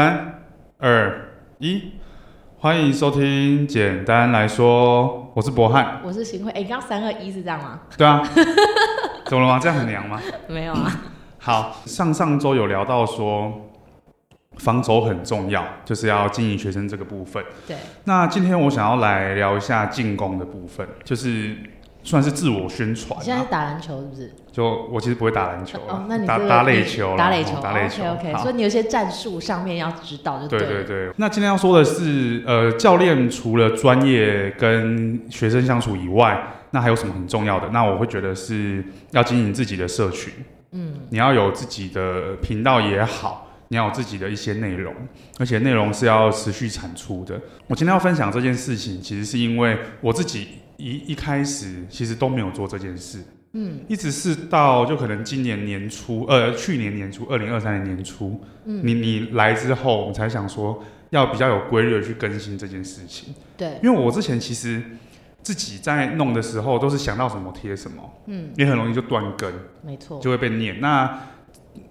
三二一，欢迎收听。简单来说，我是博翰。我是行贿。哎、你刚刚三二一是这样吗？对 啊，怎么了吗？这样很娘吗？没有啊。好，上上周有聊到说，防守很重要，就是要经营学生这个部分。对，那今天我想要来聊一下进攻的部分，就是算是自我宣传、你现在啊。是打篮球是不是？就我其实不会打篮球啦哦，那你打这个打垒球啦，哦打垒球，哦打垒球。 OK 好 OK，所以你有一些战术上面要指导就对了。对对，那今天要说的是，呃，教练除了专业跟学生相处以外，那还有什么很重要的？那我会觉得是要经营自己的社群，嗯，你要有自己的频道也好，你要有自己的一些内容，而且内容是要持续产出的。我今天要分享这件事情，其实是因为我自己一一开始其实都没有做这件事。嗯，一直是到就可能今年年初，呃，去年年初，二零二三年年初，你你来之后，我才想说要比较有规律的去更新这件事情。对因为我之前其实自己在弄的时候，都是想到什么贴什么，嗯，也很容易就断更，没错。就会被念。那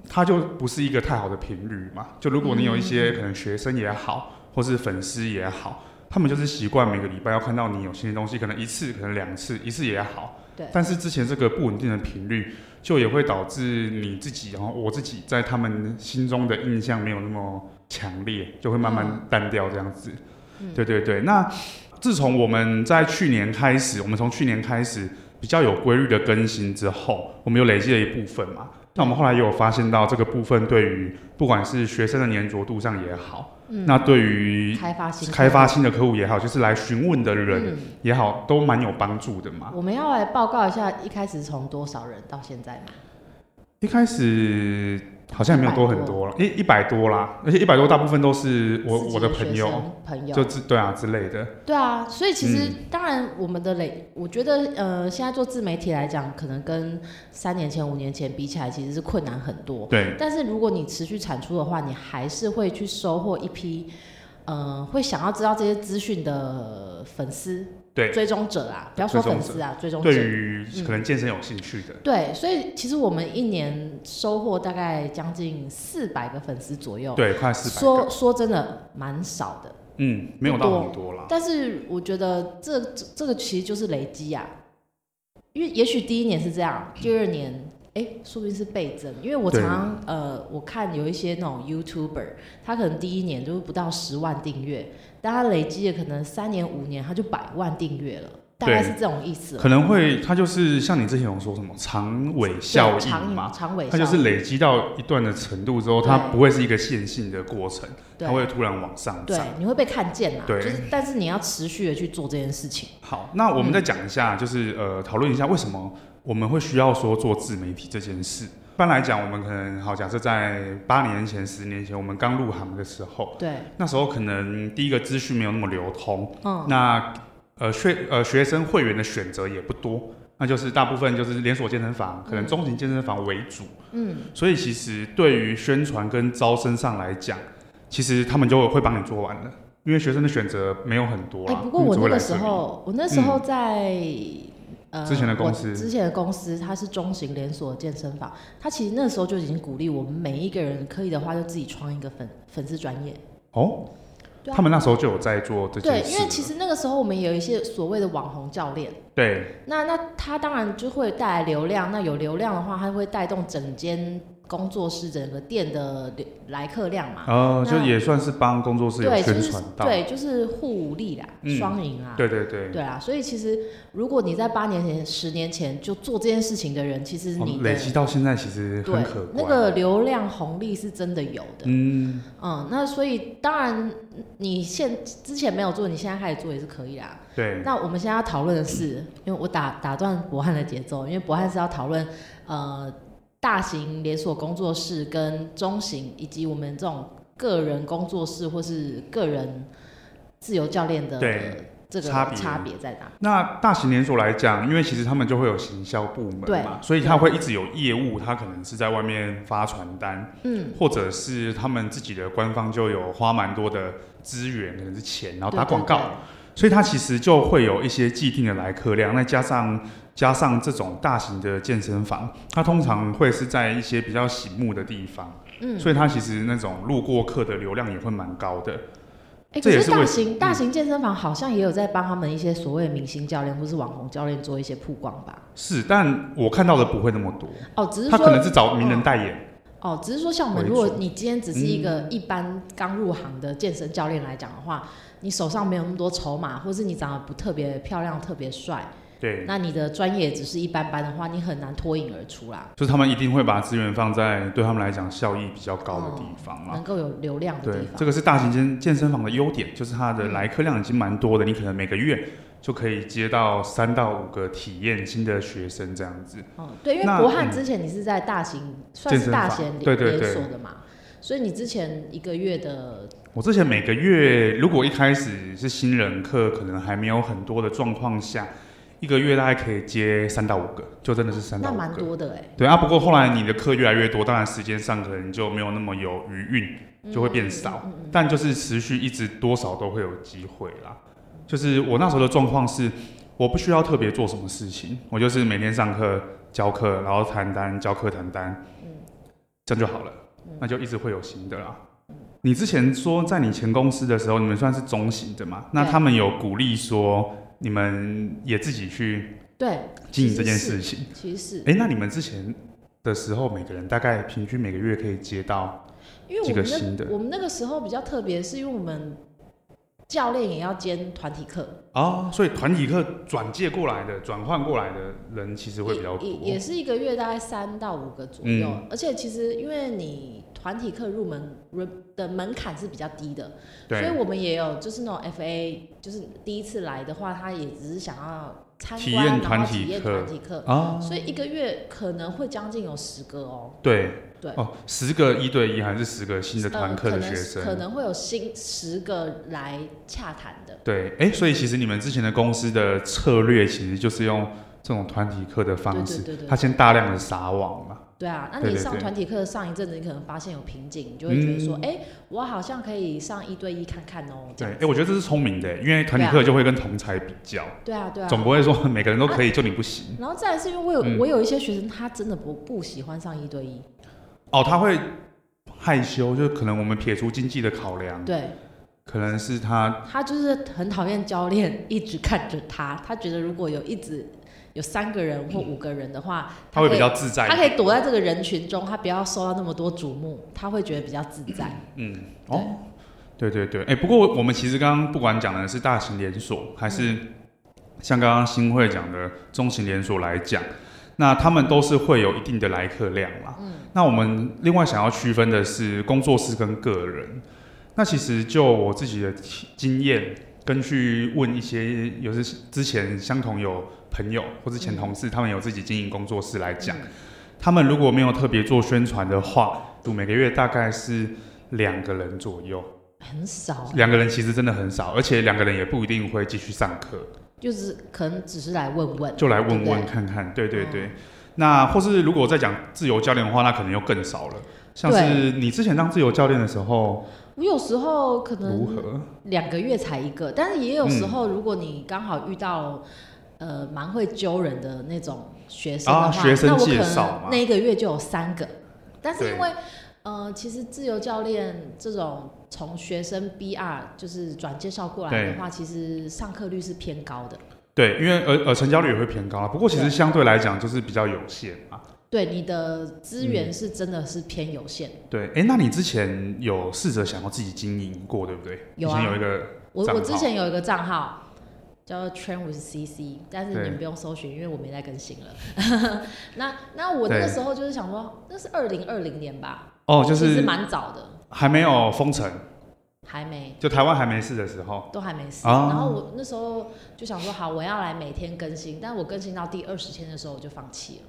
它就不是一个太好的频率嘛。就如果你有一嗯些可能学生也好，或是粉丝也好，他们就是习惯每个礼拜要看到你有新的东西，可能一次，可能两次，一次也好。对但是之前这个不稳定的频率，就也会导致你自己，然后我自己在他们心中的印象没有那么强烈，就会慢慢嗯淡掉这样子。嗯对对对，那自从我们在去年开始，我们从去年开始比较有规律的更新之后，我们有累积了一部分嘛。那我们后来也有发现到这个部分对于不管是学生的粘着度上也好，嗯那对于开发型开发新的客户也好，就是来询问的人嗯，也好，都蛮有帮助的嘛。我们要来报告一下，一开始从多少人到现在吗？一开始好像也没有多很多了，一一百多啦，而且一百多大部分都是我自己我的朋学友，生朋友就嗯之对啊之类的，对啊，所以其实、当然我们的累，我觉得呃，现在做自媒体来讲，可能跟三年前、五年前比起来，其实是困难很多。对但是如果你持续产出的话，你还是会去收获一批，呃，会想要知道这些资讯的粉丝、对。追踪者啊，不要说粉丝啊，追踪对者。于嗯可能健身有兴趣的，对，所以其实我们一年收获大概将近四百个粉丝左右。对，快四百个，说说真的，蛮少的。嗯，没有不到多很多啦，但是我觉得这这这个其实就是累积啊，因为也许第一年是这样，第二年哎、诶说不定是倍增，因为我对常常呃，我看有一些那种 YouTuber，他可能第一年就是不到十万订阅，但他累积了可能三年五年，他就百万订阅了，大概是这种意思了。啊可能会它就是像你之前有说什么长尾对效长应尾嘛，长尾效它应，就是累积到一段的程度之后，它对不会是一个线性的过程，它对会突然往上对涨。，你会被看见嘛？对就是但是你要持续的去做这件事情。好，那我们再讲一下，就是呃，讨论一下为什么我们会需要说做自媒体这件事。一般来讲，我们可能好，假设在八年前、十年前，我们刚入行的时候，对，那时候可能第一个资讯没有那么流通，嗯，那呃学呃学生会员的选择也不多，那就是大部分就是连锁健身房，可能中型健身房为主。嗯，所以其实对于宣传跟招生上来讲，其实他们就会帮你做完了，因为学生的选择没有很多哎、啦。不过他们我只嗯那会来个时这里嗯候，我那时候在、呃之前的公我司之前的公司它是中型连锁健身房，它其实那时候就已经鼓励我们每一个人可以的话就自己创一个粉粉丝专业。哦，对啊他们那时候就有在做这啊对件，事了。因为其实那个时候我们也有一些所谓的网红教练，对那那他当然就会带来流量，那有流量的话，它会带动整间工作室整个店的流来客量嘛。呃，啊那就也算是帮工作室有对，就宣是传到。对，就是互利啦，嗯双赢啊。对对对哦对啊，所以其实如果你在八年前、十年前就做这件事情的人，其实哦你的、累积到现在其实很对可观。那个流量红利是真的有的。嗯嗯，那所以当然你现之前没有做，你现在开始做也是可以啦。对那我们现在要讨论的是，因为我打打断博翰的节奏，因为博翰是要讨论呃大型连锁工作室跟中型以及我们这种个人工作室或是个人自由教练的对这个差别差别在哪？那大型连锁来讲，因为其实他们就会有行销部门对嘛，所以他会一直有业务，他可能是在外面发传单，嗯，或者是他们自己的官方就有花蛮多的资源，可能是钱，然后打对对广告。对所以它其实就会有一些既定的来客量，那加上加上这种大型的健身房，它通常会是在一些比较醒目的地方，嗯，所以它其实那种路过客的流量也会蛮高的。哎、这可也是是大为型嗯大型健身房好像也有在帮他们一些所谓明星教练或是网红教练做一些曝光吧？是，但我看到的不会那么多，哦，只是他可能说是找名人代言。哦，只是说像我们，为如果主你今天只是一嗯个一般刚入行的健身教练来讲的话，你手上没有那么多筹码，或是你长得不特别漂亮、特别帅，对，那你的专业只是一般般的话，你很难脱颖而出啦。就是他们一定会把资源放在对他们来讲效益比较高的地方嘛。能够有流量哦的啊对地，方。这个是大型健健身房的优点，就是它的来客量已经蛮多的，你可能每个月就可以接到三到五个体验新的学生这样子。嗯，对，因为那博汉之前你是在大型，算是大型健身房对连对对连锁的嘛，所以你之前一个月的我之前每个月，如果一开始是新人课，可能还没有很多的状况下，一个月大概可以接三到五个，就真的是三到那五蛮个。多的哎、对啊，不过后来你的课越来越多，当然时间上可能就没有那么有余韵，欸，就会变嗯少。嗯嗯嗯但就是持续一直多少都会有机会啦。就是我那时候的状况是，我不需要特别做什么事情，我就是每天上课教课，然后谈单教课谈单，这样就好了，嗯那就一直会有新的啦。你之前说在你前公司的时候，你们算是中型的嘛？那对他们有鼓励说你们也自己去嗯对，经营这件其事实情。其实是哎、那你们之前的时候，每个人大概平均每个月可以接到因为几我个们新的那我们那个时候比较特别，是因为我们教练也要兼团体课，哦，所以团体课转借过来的、转换过来的人其实会比较也也也多。是一个月大概三到五个左右。嗯而且其实因为你团体课入门入的门槛是比较低的，所以对，我们也有就是那种 FA，就是第一次来的话，他也只是想要参体观，验然团后体体验课团体课，啊，所以一个月可能会将近有十个哦。对对哦，十个一对一还是十个新的团呃，课可的能学是可生？能会有新十个来洽谈的，对，哎，所以其实你们之前的公司的策略其实就是用这种团体课的对方对式，对对他先大量的撒网嘛。对啊，那对你对上对嗯团体课上一阵子，你可能发现有瓶颈，你就会觉得说，哎、我好像可以上一对一看看哦、这对样，哎，子。我觉得这是聪明的，因为团体对啊课就会跟同才比较，对啊，对啊。总不会说 每个人都可以，就你不行。然后再来是因为我有、嗯我有一些学生，他真的不不喜欢上一对一，哦，他会害羞，就是可能我们撇除经济的考量，对可能是他他就是很讨厌教练一直看着他，他觉得如果有一直有三个人或五个人的话，他可会比以较自在他可以躲在这个人群中，他不要受到那么多瞩目，他会觉得比较自在。嗯，哦，对对对，哎、不过我们其实刚刚不管讲的是大型连锁，还是像刚刚新会讲的中型连锁来讲，那他们都是会有一定的来客量啦。嗯，那我们另外想要区分的是工作室跟个人。那其实就我自己的体经验，跟去问一些有是之前相同有朋友或是前同事，他们有自己经营工作室来讲。嗯他们如果没有特别做宣传的话，就每个月大概是两个人左右。很少，两个人其实真的很少，而且两个人也不一定会继续上课，就是可能只是来问问，就来问对不问对看看。对对对。那或是如果再讲自由教练的话，那可能又更少了。像是你之前当自由教练的时候我有时候可能如何？嗯两个月才一个，但是也有时候，如果你刚好遇到、呃蛮会揪人的那种学生的话，啊学生那我可介绍嘛能那一个月就有三个。但是对因为呃，其实自由教练这种从学生 BR 就是转介绍过来的话，其实上课率是偏高的。对，因为呃呃成交率也会偏高啊，不过其实对相对来讲就是比较有限嘛。对你的资嗯源是真的是偏有限。对，哎、那你之前有试着想要自己经营过，对不对？有啊以前有一个我账我号之前有一个账号叫做 Train with CC，但是对你们不用搜寻，因为我没在更新了。 那那我那对个时候就是想说，那是二零二零年吧，哦，就其实是蛮早的，还没有封城，还没就台湾还没事的时候。都还没死。啊然后我那时候就想说，好，我要来每天更新，但我更新到第二十天的时候我就放弃了，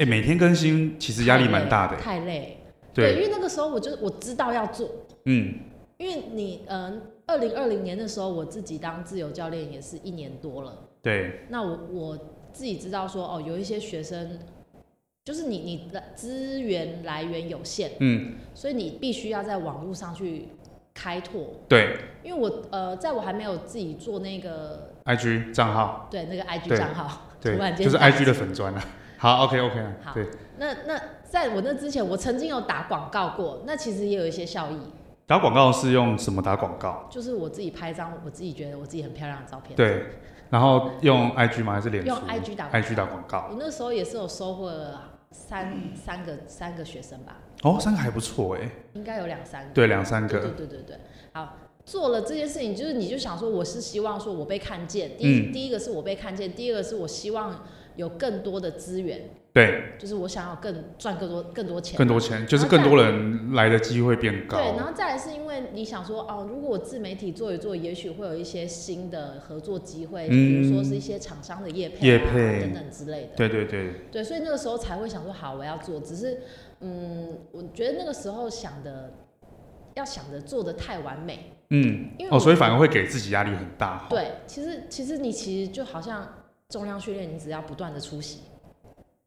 哎、每天更新其实压力蛮大的、太累太累。对，对，因为那个时候我就我知道要做，嗯，因为你嗯，二零二零年的时候我自己当自由教练也是一年多了。对，那我我自己知道说，哦，有一些学生，就是你你的资源来源有限，嗯，所以你必须要在网络上去开拓。对因为我呃，在我还没有自己做那个，IG 账号，对那个 IG 对账号，突对，然间就是想 IG 的粉砖啊。好，OK OK 啊好，对，那那在我那之前，我曾经有打广告过，那其实也有一些效益，打广告是用什么打广告？就是我自己拍一张我自己觉得我自己很漂亮的照片，，对，然后用 IG 吗？还是脸书用 IG 打广告 IG 打广告？我那时候也是有收获了三三个三个学生吧，哦，三个还不错哎，应该有两三个，对，两三对个，对对对对，好。做了这件事情，就是你就想说，我是希望说我被看见。第一，嗯第一个是我被看见，第二个是我希望有更多的资源，对，就是我想要更赚更多更多钱。更多钱，就是然后更再多人来的机会变高。对，然后再来是因为你想说，哦，如果我自媒体做一做，也许会有一些新的合作机会，比如说是一些厂商的业嗯配、业啊、配等等之类的。对对对，对，所以那个时候才会想说，好，我要做。只是，嗯，我觉得那个时候想的，要想着做的太完美，嗯，因为哦，我所以反而会给自己压力很大。，对，其实其实你其实就好像重量训练，你只要不断的出席，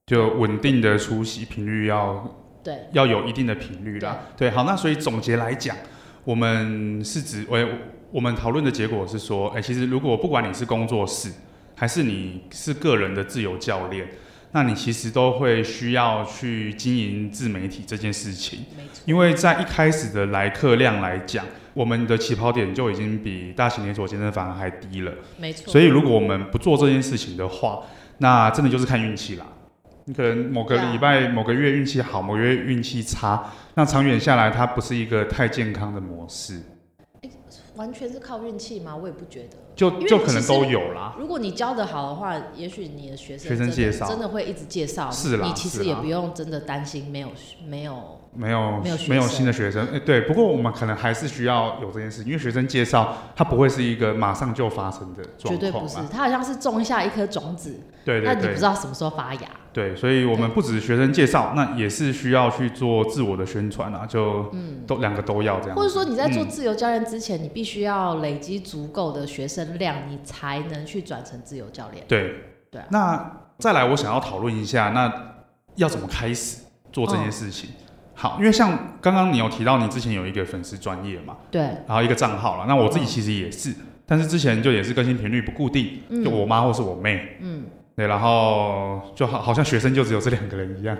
就稳定的出席频率要对，要有一定的频率啦。对，好，那所以总结来讲，我们是指，我我们讨论的结果是说，哎、其实如果不管你是工作室，还是你是个人的自由教练，那你其实都会需要去经营自媒体这件事情。没错，因为在一开始的来客量来讲，我们的起跑点就已经比大型连锁健身房还低了。没错。所以如果我们不做这件事情的话，那真的就是看运气啦。你可能某个对啊礼拜、某个月运气好，某个月运气差，那长远下来，它不是一个太健康的模式，完全是靠运气吗？我也不觉得。就因为就可其能实都有啦。如果你教的好的话，也许你的学生啊学生真的介绍真的会一直介绍，是啦你其是实啦也不用真的担心没有没有，没有没有学生没有新的学生，哎、对。不过我们可能还是需要有这件事，因为学生介绍它不会是一个马上就发生的绝状对况不是嘛。，它好像是种下一颗种子，对那对你不知对道什么时候发芽。对，所以我们不止学生介绍，那也是需要去做自我的宣传啊，就都两、个都要这样子。嗯或者说你在做嗯自由教练之前，你必须要累积足够的学生量，你才能去转成自由教练。对，对啊那再来，我想要讨论一下，那要怎么开始做这件事情？哦好，因为像刚刚你有提到，你之前有一个粉丝专业嘛，对，然后一个账号嗯了。那我自己其实也是，但是之前就也是更新频率不固定，就我妈或是我妹，嗯，对，然后就好好像学生就只有这两个人一样，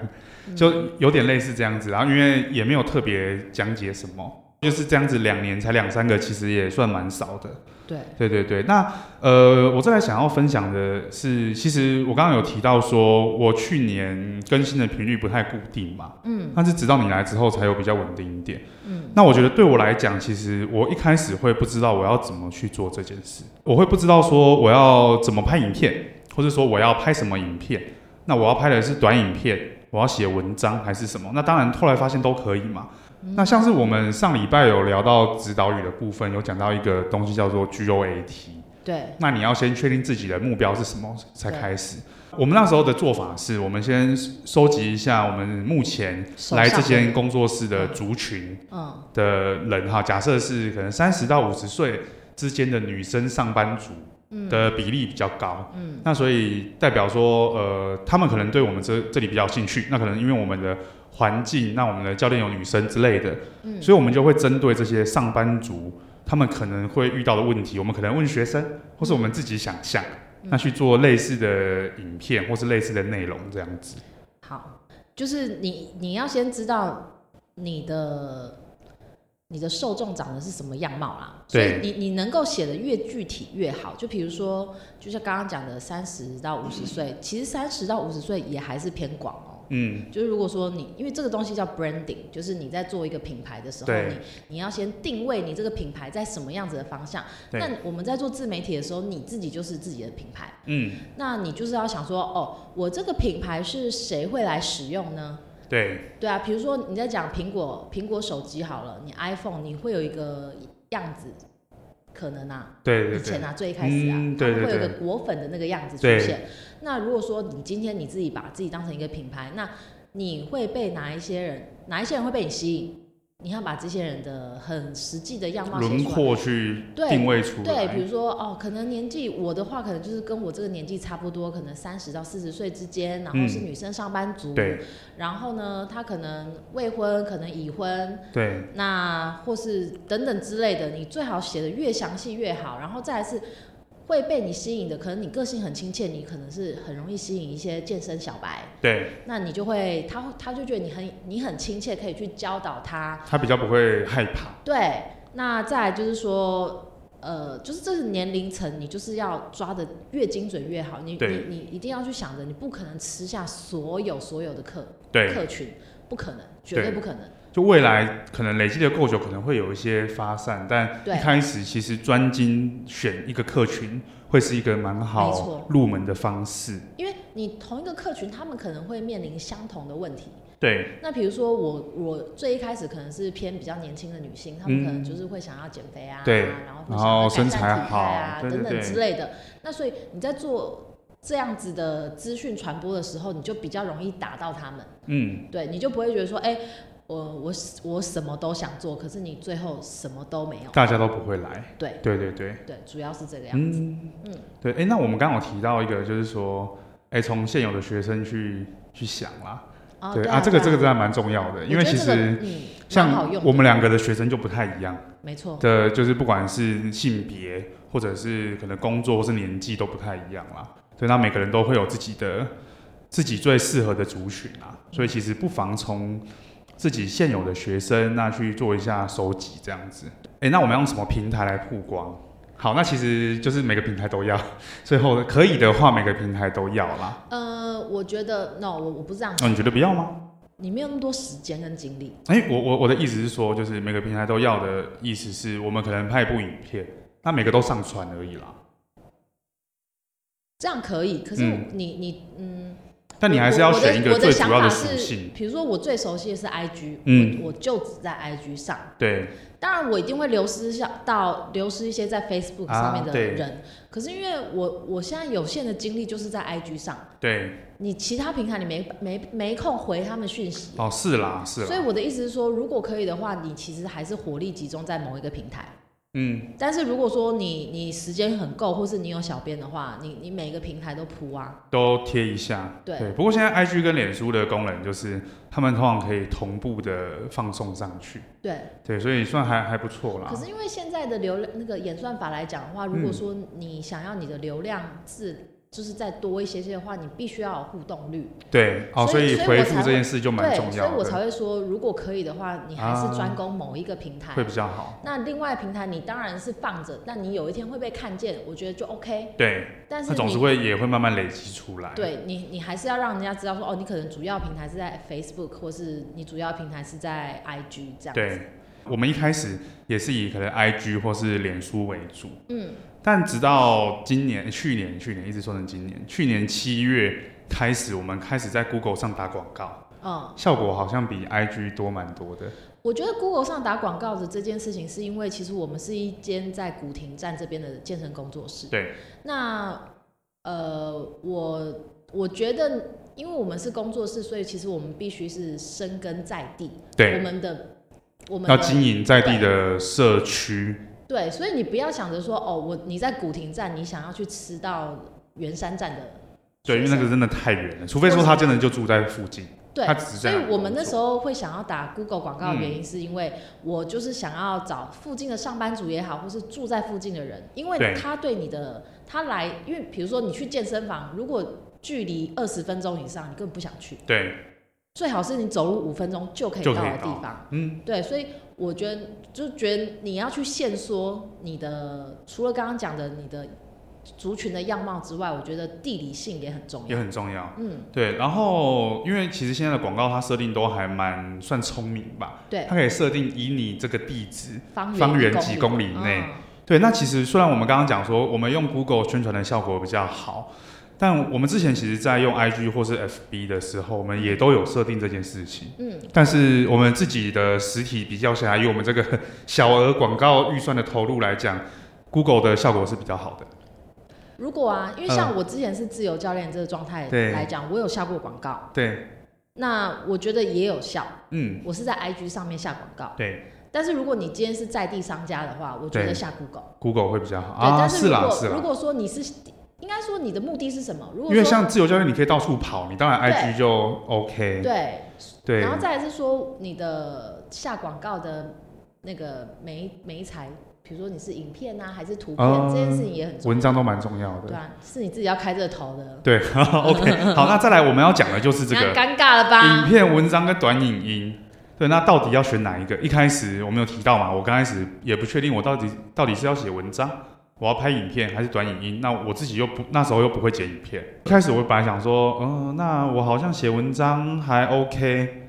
嗯就有点类似这样子。然后因为也没有特别讲解什么。就是这样子，两年才两三个，其实也算蛮少的。对，对对对，那呃，我再来想要分享的是，其实我刚刚有提到说，我去年更新的频率不太固定嘛，嗯，但是直到你来之后才有比较稳定一点，嗯，那我觉得对我来讲，其实我一开始会不知道我要怎么去做这件事，我会不知道说我要怎么拍影片，或者说我要拍什么影片，那我要拍的是短影片，我要写文章还是什么？那当然后来发现都可以嘛，那像是我们上礼拜有聊到指导语的部分，有讲到一个东西叫做 GOAT，对，那你要先确定自己的目标是什么才开始。我们那时候的做法是，我们先收集一下我们目前手来上这间的工作室的族群嗯，的人哈，假设是可能三十到五十岁之间的女生上班族的比例比较高，嗯，那所以代表说，呃，他们可能对我们这这里比较有兴趣，那可能因为我们的环境，那我们的教练有女生之类的，嗯，所以我们就会针对这些上班族他们可能会遇到的问题，我们可能问学生，或是我们自己想象，那去做类似的影片或是类似的内容这样子，好，就是你你要先知道你的你的受众长得是什么样貌啦。所以对你你能够写的越具体越好。就比如说，就像刚刚讲的，三十到五十岁，其实三十到五十岁也还是偏广哦、嗯，就是如果说你，因为这个东西叫 branding，就是你在做一个品牌的时候，对你你要先定位你这个品牌在什么样子的方向。对那我们在做自媒体的时候，你自己就是自己的品牌，嗯，那你就是要想说，哦，我这个品牌是谁会来使用呢？对，对啊，比如说你在讲苹果苹果手机好了，你 iPhone 你会有一个样子，可能啊，对对以对前，啊，最一开始啊，嗯他对们会有对个对果粉的那个样子出对现。那如果说你今天你自己把自己当成一个品牌，那你会被哪一些人？哪一些人会被你吸引？你要把这些人的很实际的样貌写轮出来。廓去对定位出来，对，比如说哦，可能年纪我的话，可能就是跟我这个年纪差不多，可能三十到四十岁之间，然后是嗯女生上班族，对然后呢，她可能未婚，可能已婚，对那或是等等之类的，你最好写的越详细越好。然后再来是，会被你吸引的，可能你个性很亲切，你可能是很容易吸引一些健身小白，对那你就会他会他就觉得你很你很亲切，可以去教导他，他比较不会害怕。对，那再来就是说，呃，就是这个年龄层，你就是要抓的越精准越好。你对你你一定要去想着，你不可能吃下所有所有的客对，客群，不可能，绝对对不可能。就未来可能累积的够久，可能会有一些发散，但对一开始其实专精选一个客群，会是一个蛮没好错入门的方式。因为你同一个客群，他们可能会面临相同的问题。对那比如说我，我最一开始可能是偏比较年轻的女性，她们可能就是会想要减肥嗯啊，对然后会然想要后改身材善体态啊好对对等对等之类的。那所以你在做这样子的资讯传播的时候，你就比较容易打到他们，嗯，对，你就不会觉得说，哎、我我我什么都想做，可是你最后什么都没有。大家都不会来。对对对对，对，主要是这个样子。嗯嗯对。哎、那我们刚好提到一个，就是说，哎、从现有的学生去去想啦。啊对对啊，这个这个真对啊的蛮重要的，因我为觉其得这个实嗯，蛮好像用的哦我们两个的学生就不太一样。没错，的，就是不管是性别，或者是可能工作或是年纪都不太一样啦。对，那每个人都会有自己的自己最适合的族群啊，所以其实不妨从自己现有的学生那去做一下收集这样子。诶，那我们要用什么平台来曝光？好，那其实就是每个平台都要，最后可以的话每个平台都要啦。呃，我觉得 no，我我不是这样哦，你觉得不要吗？你没有那么多时间跟精力。诶，哎我我我的意思是说，就是每个平台都要的意思是我们可能拍一部影片，那每个都上传而已啦。这样可以，可是嗯你、你嗯，但你还是要选一个我的最主要我的想属法是性，，比如说我最熟悉的是 IG，嗯我我就只在 IG 上，对当然我一定会流失下到流失一些在 Facebook 啊上面的对人，可是因为我我现在有限的精力就是在 IG 上，对，你其他平台你没没没空回他们讯息，哦是啦是所以啦，我的意思是说，如果可以的话，你其实还是火力集中在某一个平台。嗯但是如果说你你时间很够，或是你有小编的话，你你每个平台都铺啊，都贴一下，对不过现在 IG 跟脸书的功能就是他们通常可以同步的放送上去，对。对，所以算还还不错啦可。是因为现在的流量那个演算法来讲的话，嗯如果说你想要你的流量自就是再多一些些的话，你必须要有互动率。对，哦，所所以以所以回我复才这件事就蛮对，重所以要我才的，会说，如果可以的话，你还啊是专攻某一个平台。会比较好。那另外平台你当然是放着，但你有一天会被看见，我觉得就 OK。对，但是它总是你会也会慢慢累积出来。，对你，你还是要让人家知道说，哦，你可能主要平台是在 Facebook，或是你主要平台是在 IG 这样子。对，我们一开始也是以可能 IG 或是脸书为主，嗯，但直到今年、去年、去年一直说成今年，去年七月开始，我们开始在 Google 上打广告，嗯，效果好像比 IG 多蛮多的。我觉得 Google 上打广告的这件事情，是因为其实我们是一间在古亭站这边的健身工作室。对，那呃，我我觉得，因为我们是工作室，所以其实我们必须是深耕在地。我对，们的我们要的经营在地的社区。对，所以你不要想着说，哦，我你在古亭站，你想要去吃到圆山站的对，因为那个真的太远了，除非说他真的就住在附近，对他，只是所在以那里我们那工作嗯时候会想要打 Google 广告的原因，是因为我就是想要找附近的上班族也好，或是住在附近的人，因对为他对你的他来，因为比如说你去健身房，如果距离二十分钟以上，你根本不想去，对，最好是你走路五分钟就可以就到可以的地到方。嗯，对，所以我觉得就觉得你要去限缩你的，除了刚刚讲的你的族群的样貌之外，我觉得地理性也很重也要。很重要。嗯，对，然后因为其实现在的广告它设定都还蛮算聪明吧，对它，可以设定以你这个地址方方圆圆几一公公里内嗯对，那其实虽然我们刚刚讲说我们用 Google 宣传的效果比较好，但我们之前其实在用 IG 或是 FB 的时候，我们也都有设定这件事情。嗯，但是我们自己的实体比较下来，以我们这个小额广告预算的投入来讲，Google 的效果是比较好的。如果啊，因为像我之前是自由教练这个状态嗯对来讲，我有下过广告，对，那我觉得也有效。嗯，我是在 IG 上面下广告，对但是如果你今天是在地商家的话，我觉对得下 Google。 ，Google 会比较好对，啊，但是是如啦果是如啦，果说你是，应该说你的目的是什么？如果因为说像自由教练你可以到处跑，你当然 IG 就 OK，对，对然后再来是说你的下广告的那个媒媒材，比比如说你是影片啊，还是图片，嗯这件事情也很重要。文章都蛮重要的对。啊，是你自己要开这个头的，对，OK，好，那再来我们要讲的就是这那个尴尬了影吧？片、文章跟短影音。对，那到底要选哪一个？一开始我们有提到嘛，我刚开始也不确定我到底到底是要写文章，我要拍影片还是短影音。那我自己又不那时候又不会剪影片，一开始我本来想说，嗯、那我好像写文章还 OK，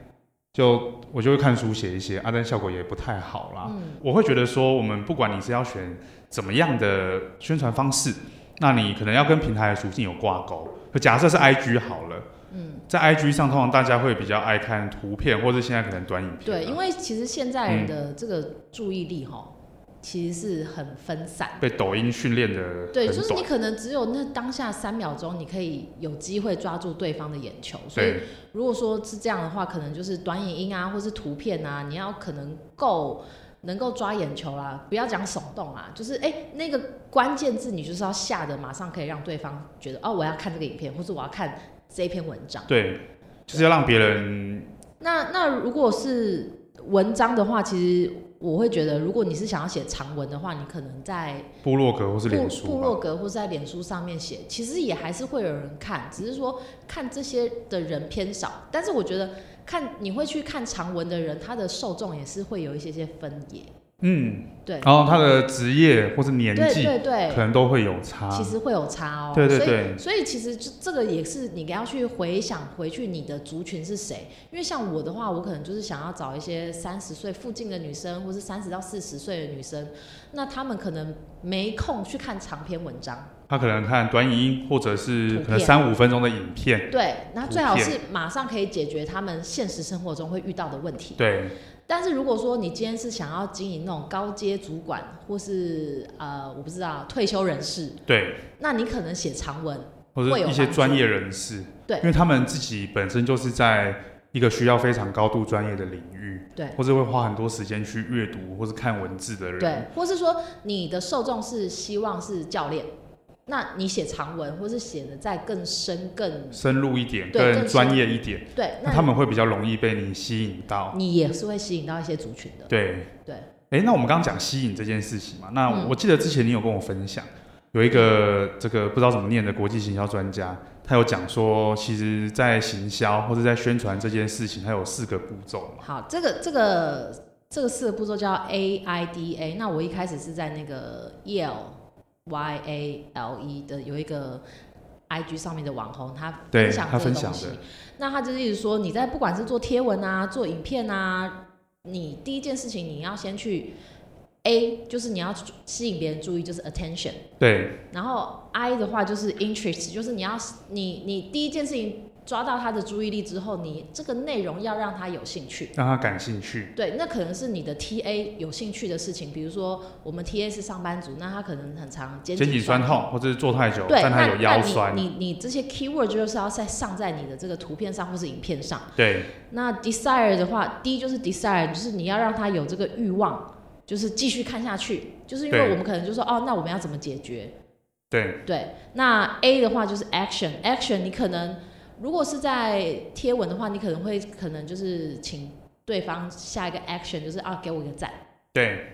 就我就会看书写一写啊，但效果也不太好啦。嗯，我会觉得说，我们不管你是要选怎么样的宣传方式，那你可能要跟平台的属性有挂钩。就假设是 IG 好了，嗯，在 IG 上通常大家会比较爱看图片，或者现在可能短影片啊。对，因为其实现在嗯人的这个注意力哈，其实是很分散。被抖音训练的对，就很是短你。可能只有那当下三秒钟，你可以有机会抓住对方的眼球。所以对，如果说是这样的话，可能就是短影音啊，或是图片啊，你要可能够能够抓眼球啦，不要讲耸动啊，就是哎、那个关键字你就是要下的，马上可以让对方觉得哦，我要看这个影片，或者我要看这一篇文章。对，就是要让别人那那如果是文章的话，其实我会觉得，如果你是想要写长文的话，你可能在部落格或是部脸书部吧。落格或是在脸书上面写，其实也还是会有人看，只是说看这些的人偏少。但是我觉得看你会去看长文的人，他的受众也是会有一些些分野。嗯，对，然后他的职业或是年对纪对对可，能都会有差。其实会有差哦。对对所以对，所以其实这这个也是你要去回想回去你的族群是谁，因为像我的话，我可能就是想要找一些三十岁附近的女生，或是三十到四十岁的女生，那她们可能没空去看长篇文章，他可能看短影音，或者是图可能片三五分钟的影片。对，那图最好片是马上可以解决她们现实生活中会遇到的问题。对，但是如果说你今天是想要经营那种高阶主管，或是呃我不知道退休人士，对，那你可能写长文，或者会有一些帮专助业人士，对因为他们自己本身就是在一个需要非常高度专业的领域，对或者会花很多时间去阅读或是看文字的人，对，或是说你的受众是希望是教练，那你写长文或是写的再更深更深入一点，对更更专业一点，对，那那嗯他们会比较容易被你吸引到。你也是会吸引到一些族群的。对，对，哎、那我们刚刚讲吸引这件事情嘛，那嗯我记得之前你有跟我分享，有一个这个不知道怎么念的国际行销专家，他有讲说，其实，在行销或者在宣传这件事情，它有四个步骤嘛，好，这个这个这个四个步骤叫 A I D A。那我一开始是在那个 Yale Y A L E 的有一个 I G 上面的网红，他对享他这个分东享西的。那他就是一直说，你在不管是做贴文啊、做影片啊，你第一件事情你要先去 A，就是你要吸引别人注意，就是 attention。对，然后 I 的话就是 interest，就是你要你你第一件事情抓到他的注意力之后，你这个内容要让他有兴趣。让他感兴趣。对，那可能是你的 TA 有兴趣的事情，比如说我们 TA 是上班族，那他可能很常肩肩颈酸酸。痛，或者是坐太久，对，但那他有腰那酸。你你你这些 keyword 就是要在上在你的这个图片上或是影片上。对那 desire 的话，第一就是 desire，就是你要让他有这个欲望，就是继续看下去。就是因为对我们可能就说哦，那我们要怎么解决？对对，那 A 的话就是 action，action 你可能如果是在贴文的话，你可能会可能就是请对方下一个 action，就是啊给我一个赞。对，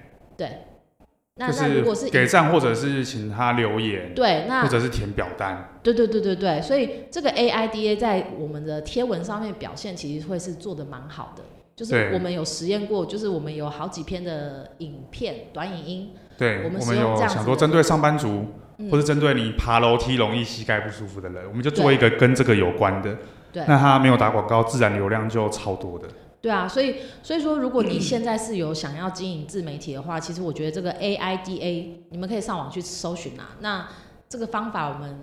那就那如果是是给赞，或者是请他留言，对，或那者是填表单。对对对对对，所以这个 AIDA 在我们的贴文上面表现，其实会是做的蛮好的。就是对我们有实验过，就是我们有好几篇的影片、短影音，对，我我们们是用有这样子想的说针对上班族，嗯或者针对你爬楼梯容易膝盖不舒服的人，我们就做一个跟这个有关的。对那他没有打广告，自然流量就超多的。对啊，所以所以说，如果你现在是有想要经营自媒体的话，其实我觉得这个 AIDA 你们可以上网去搜寻啊。那这个方法我们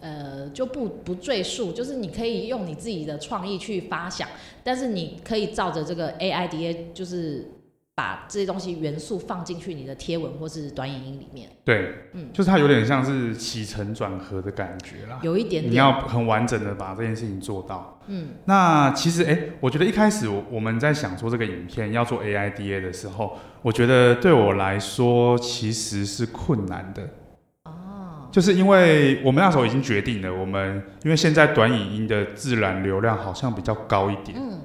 呃就不不赘述，就是你可以用你自己的创意去发想，但是你可以照着这个 AIDA，就是把这些东西元素放进去你的贴文或是短影音里面，对，嗯就是它有点像是起承转合的感觉啦。有一点你点，要很完整的把这件事情做到。嗯，那其实，哎、我觉得一开始我我们在想说这个影片要做 AIDA 的时候，我觉得对我来说其实是困难的，哦，就是因为我们那时候已经决定了，我们因为现在短影音的自然流量好像比较高一点，嗯，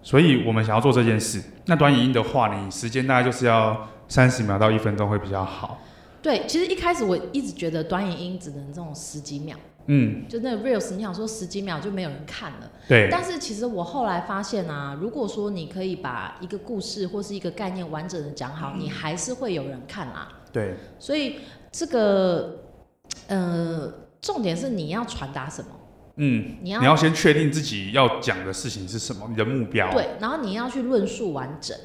所以我们想要做这件事。那短影音的话，你时间大概就是要三十秒到一分钟会比较好。对，其实一开始我一直觉得短影音只能这种十几秒，嗯，就那个 reels，你想说十几秒就没有人看了。对，但是其实我后来发现啊，如果说你可以把一个故事或是一个概念完整的讲嗯好，你还是会有人看啦。对，所以这个呃，重点是你要传达什么，嗯，你要你要先确定自己要讲的事情是什么，你的目标。对，然后你要去论述完整。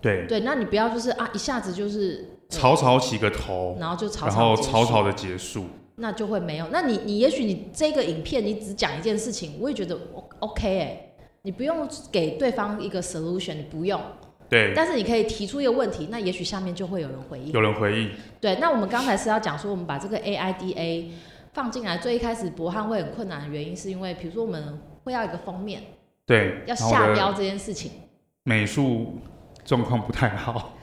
对，对，那你不要就是啊一下子就是，草草起个头，然后就草然后结束草草的结束。那就会没有。那你你也许你这个影片你只讲一件事情，我也觉得 O OK 哎、你不用给对方一个 solution，你不用，对，但是你可以提出一个问题，那也许下面就会有人回应。有人回应。对，那我们刚才是要讲说，我们把这个 AIDA 放进来，最一开始博汉会很困难的原因，是因为比如说我们会要一个封面，对，然要后我下的标这件事情。美术状况不太好。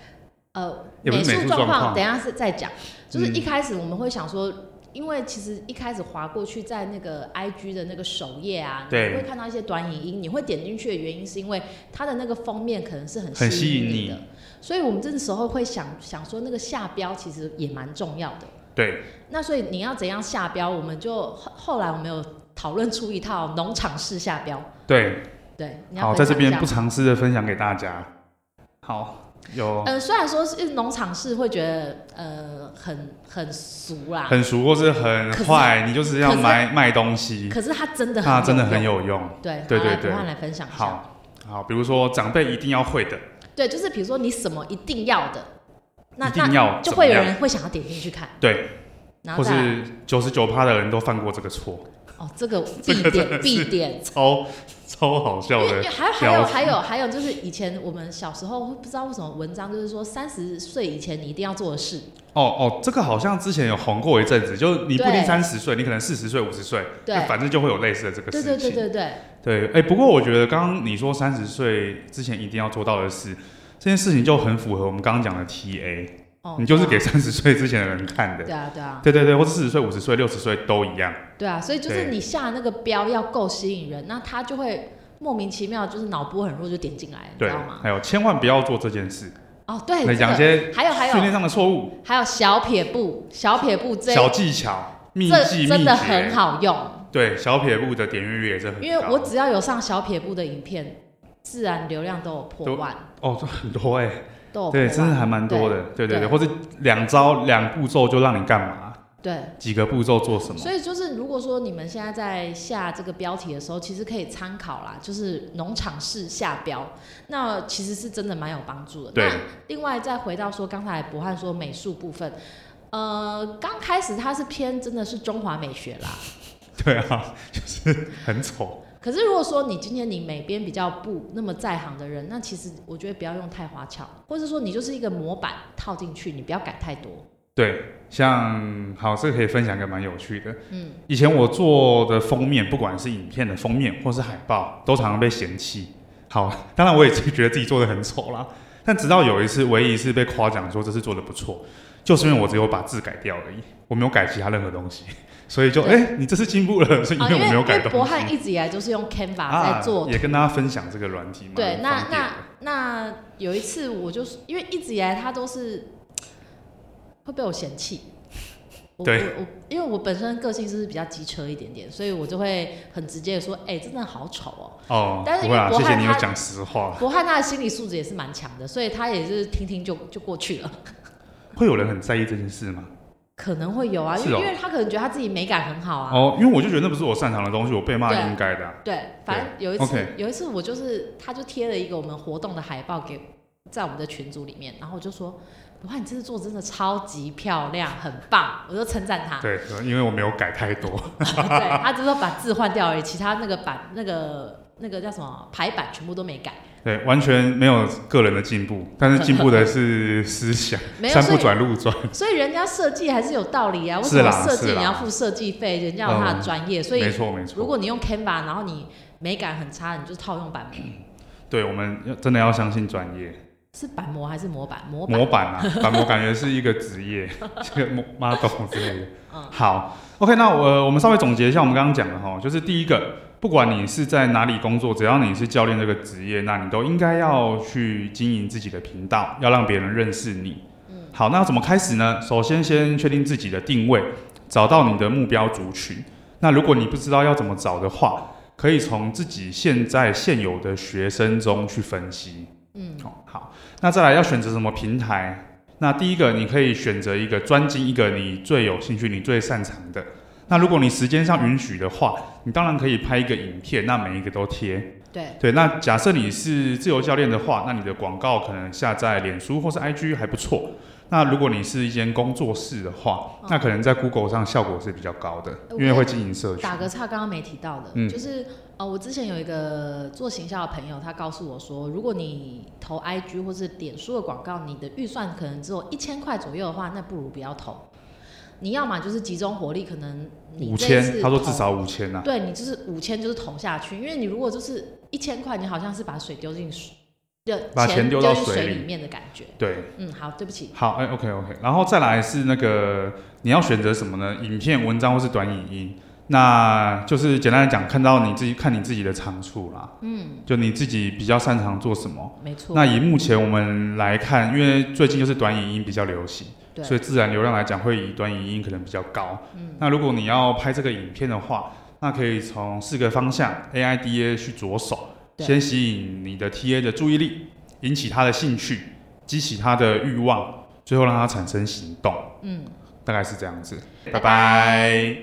呃，也不是美术术状状况况等一下是再讲，就是嗯一开始我们会想说，因为其实一开始滑过去，在那个 IG 的那个首页啊，你对会看到一些短影音，你会点进去的原因是因为它的那个封面可能是很很吸吸引引你你的，所以我们这个时候会想想说，那个下标其实也蛮重要的。对，那所以你要怎样下标，我们就后后来我们有讨论出一套农场式下标，对，对，你要好，在分这享一边下不尝试的分享给大家。好，有嗯，虽然说是农场式会觉得呃很很俗啦，很熟或是很坏，你就是要可是买卖东西，可是它真的很那真的有很用。有用。对，对好对来不对换来分享一下。好，好，比如说长辈一定要会的，对，就是比如说你什么一定要的，那一定要那就怎会么有样人会想要点进去看，对，然后或再来是九十九趴的人都犯过这个错，哦，这个必点必点。超超好因笑为因为的。还有还有标志还有还有，就是以前我们小时候会不知道为什么文章就是说三十岁以前你一定要做的事，哦哦，这个好像之前有红过一阵子，就你不一对定三十岁，你可能四十岁、五十岁，对那反正就会有类似的这个对事对情。对对对，对，哎、不过我觉得刚刚你说三十岁之前一定要做到的事，这件事情就很符合我们刚刚讲的 TA，、哦，你就是对给啊三十岁之前的人看的。对啊对啊对对对，或者四十岁、五十岁、六十岁都一样。对啊，所以就是对你下那个标要够吸引人，那他就会莫名其妙就是脑波很弱就点进来，你知对道，吗？还有千万不要做这件事，哦，对，来这讲一个些还有还有训练上的错误、还有小撇步，小撇步这小技巧、秘这技、真秘的很诀。好用，对，小撇步的点阅率也是很高。因为我只要有上小撇步的影片，自然流量都有破万，哦，这很多哎、都有破对，万，真的还蛮多的。对对对对，或者两招、两步骤就让你干嘛？对。几个步骤做什么？所以就是，如果说你们现在在下这个标题的时候，其实可以参考啦，就是农场式下标，那其实是真的蛮有帮助的。对那另外再回到说刚才博翰说美术部分，呃，刚开始它是偏真的是中华美学啦， 对啊， 就是很丑。可是如果说你今天你美编比较不那么在行的人，那其实我觉得不要用太花俏，或者说你就是一个模板套进去，你不要改太多。对，像好，这个可以分享一个蛮有趣的。嗯， 以前我做的封面，不管是影片的封面或是海报，都常常被嫌弃。好， 当然我也自己觉得自己做的很丑啦，但直到有一次，唯一一次被夸奖说这次做的不错，就是因为我只有把字改掉而已，我没有改其他任何东西，所以就哎、对你这次进步了，是因啊，为因我为没有因改为东博西汉。一直以来就是用 Canva 在啊做，也跟大家分享这个软体嘛。对，那方便那那有一次我就是因为一直以来他都是会被我嫌弃。我我对我，因为我本身个性就是比较机车一点点，所以我就会很直接的说，哎、真的好丑哦、哦，但是不会啦，因为谢博谢翰你有他讲实话。博汉他的心理素质也是蛮强的，所以他也是听听就就过去了。会有人很在意这件事吗？可能会有啊，因是为、哦因为他可能觉得他自己美感很好啊。哦，因为我就觉得那不是我擅长的东西，我被骂应该的啊、对，反正有一次 OK 有一次我就是，他就贴了一个我们活动的海报给在我们的群组里面，然后我就说，哇，你这次做得真的超级漂亮，很棒，我就称赞 他。对，因为我没有改太多。对，他只是说把字换掉而已，其他那个版那个那个叫什么排版全部都没改，对，完全没有个人的进步，但是进步的是思想， 没有，山所不以转路转。所以人家设计还是有道理啊，为是什么啦设计是啦你要付设计费，人家有他的嗯专业，所没以错，没如错。果你用 Canva，然后你美感很差，你就套用版模，对，我们要真的要相信专业。是版模还是模板？模板，模板 啊，板模感觉是一个职业，这个 model 之类的。嗯呃好，OK，那我我们稍微总结一下我们刚刚讲的哈，就是第一个，不管你是在哪里工作，只要你是教练这个职业，那你都应该要去经营自己的频道，要让别人认识你。嗯好，那要怎么开始呢？首先，先确定自己的定位，找到你的目标族群。那如果你不知道要怎么找的话，可以从自己现在现有的学生中去分析。嗯哦，好，那再来要选择什么平台？那第一个，你可以选择一个专精一个你最有兴趣、你最擅长的。那如果你时间上允许的话，你当然可以拍一个影片，那每一个都贴。对，对，那假设你是自由教练的话，那你的广告可能下在脸书或是 IG 还不错。那如果你是一间工作室的哦话，那可能在 Google 上效果是比较高的，嗯因为会经营社群打。个岔，刚刚没提到的，嗯就是呃，我之前有一个做行销的朋友，他告诉我说，如果你投 IG 或是脸书的广告，你的预算可能只有一千块左右的话，那不如不要投。你要嘛就是集中火力，可能你五这一千，次他说投至少五千啊呐。对你就是五千就是投下去，因为你如果就是一千块，你好像是把水丢进水，的把钱丢到进水水里里面的感觉。对，嗯，好，对不起，好，哎、o k OK，然后再来是那个你要选择什么呢？影片、文章或是短影音？那就是简单的讲，看到你自己看你自己的长处啦，嗯，就你自己比较擅长做什么。没错。那以目前我们来看，因为最近就是短影音比较流行，对嗯所以自然流量来讲会以短影音可能比较高。那如果你要拍这个影片的话，那可以从四个方向 AIDA 去着手，对先吸引你的 TA 的注意力，引起他的兴趣，激起他的欲望，最后让他产生行动，嗯。大概是这样子。拜拜拜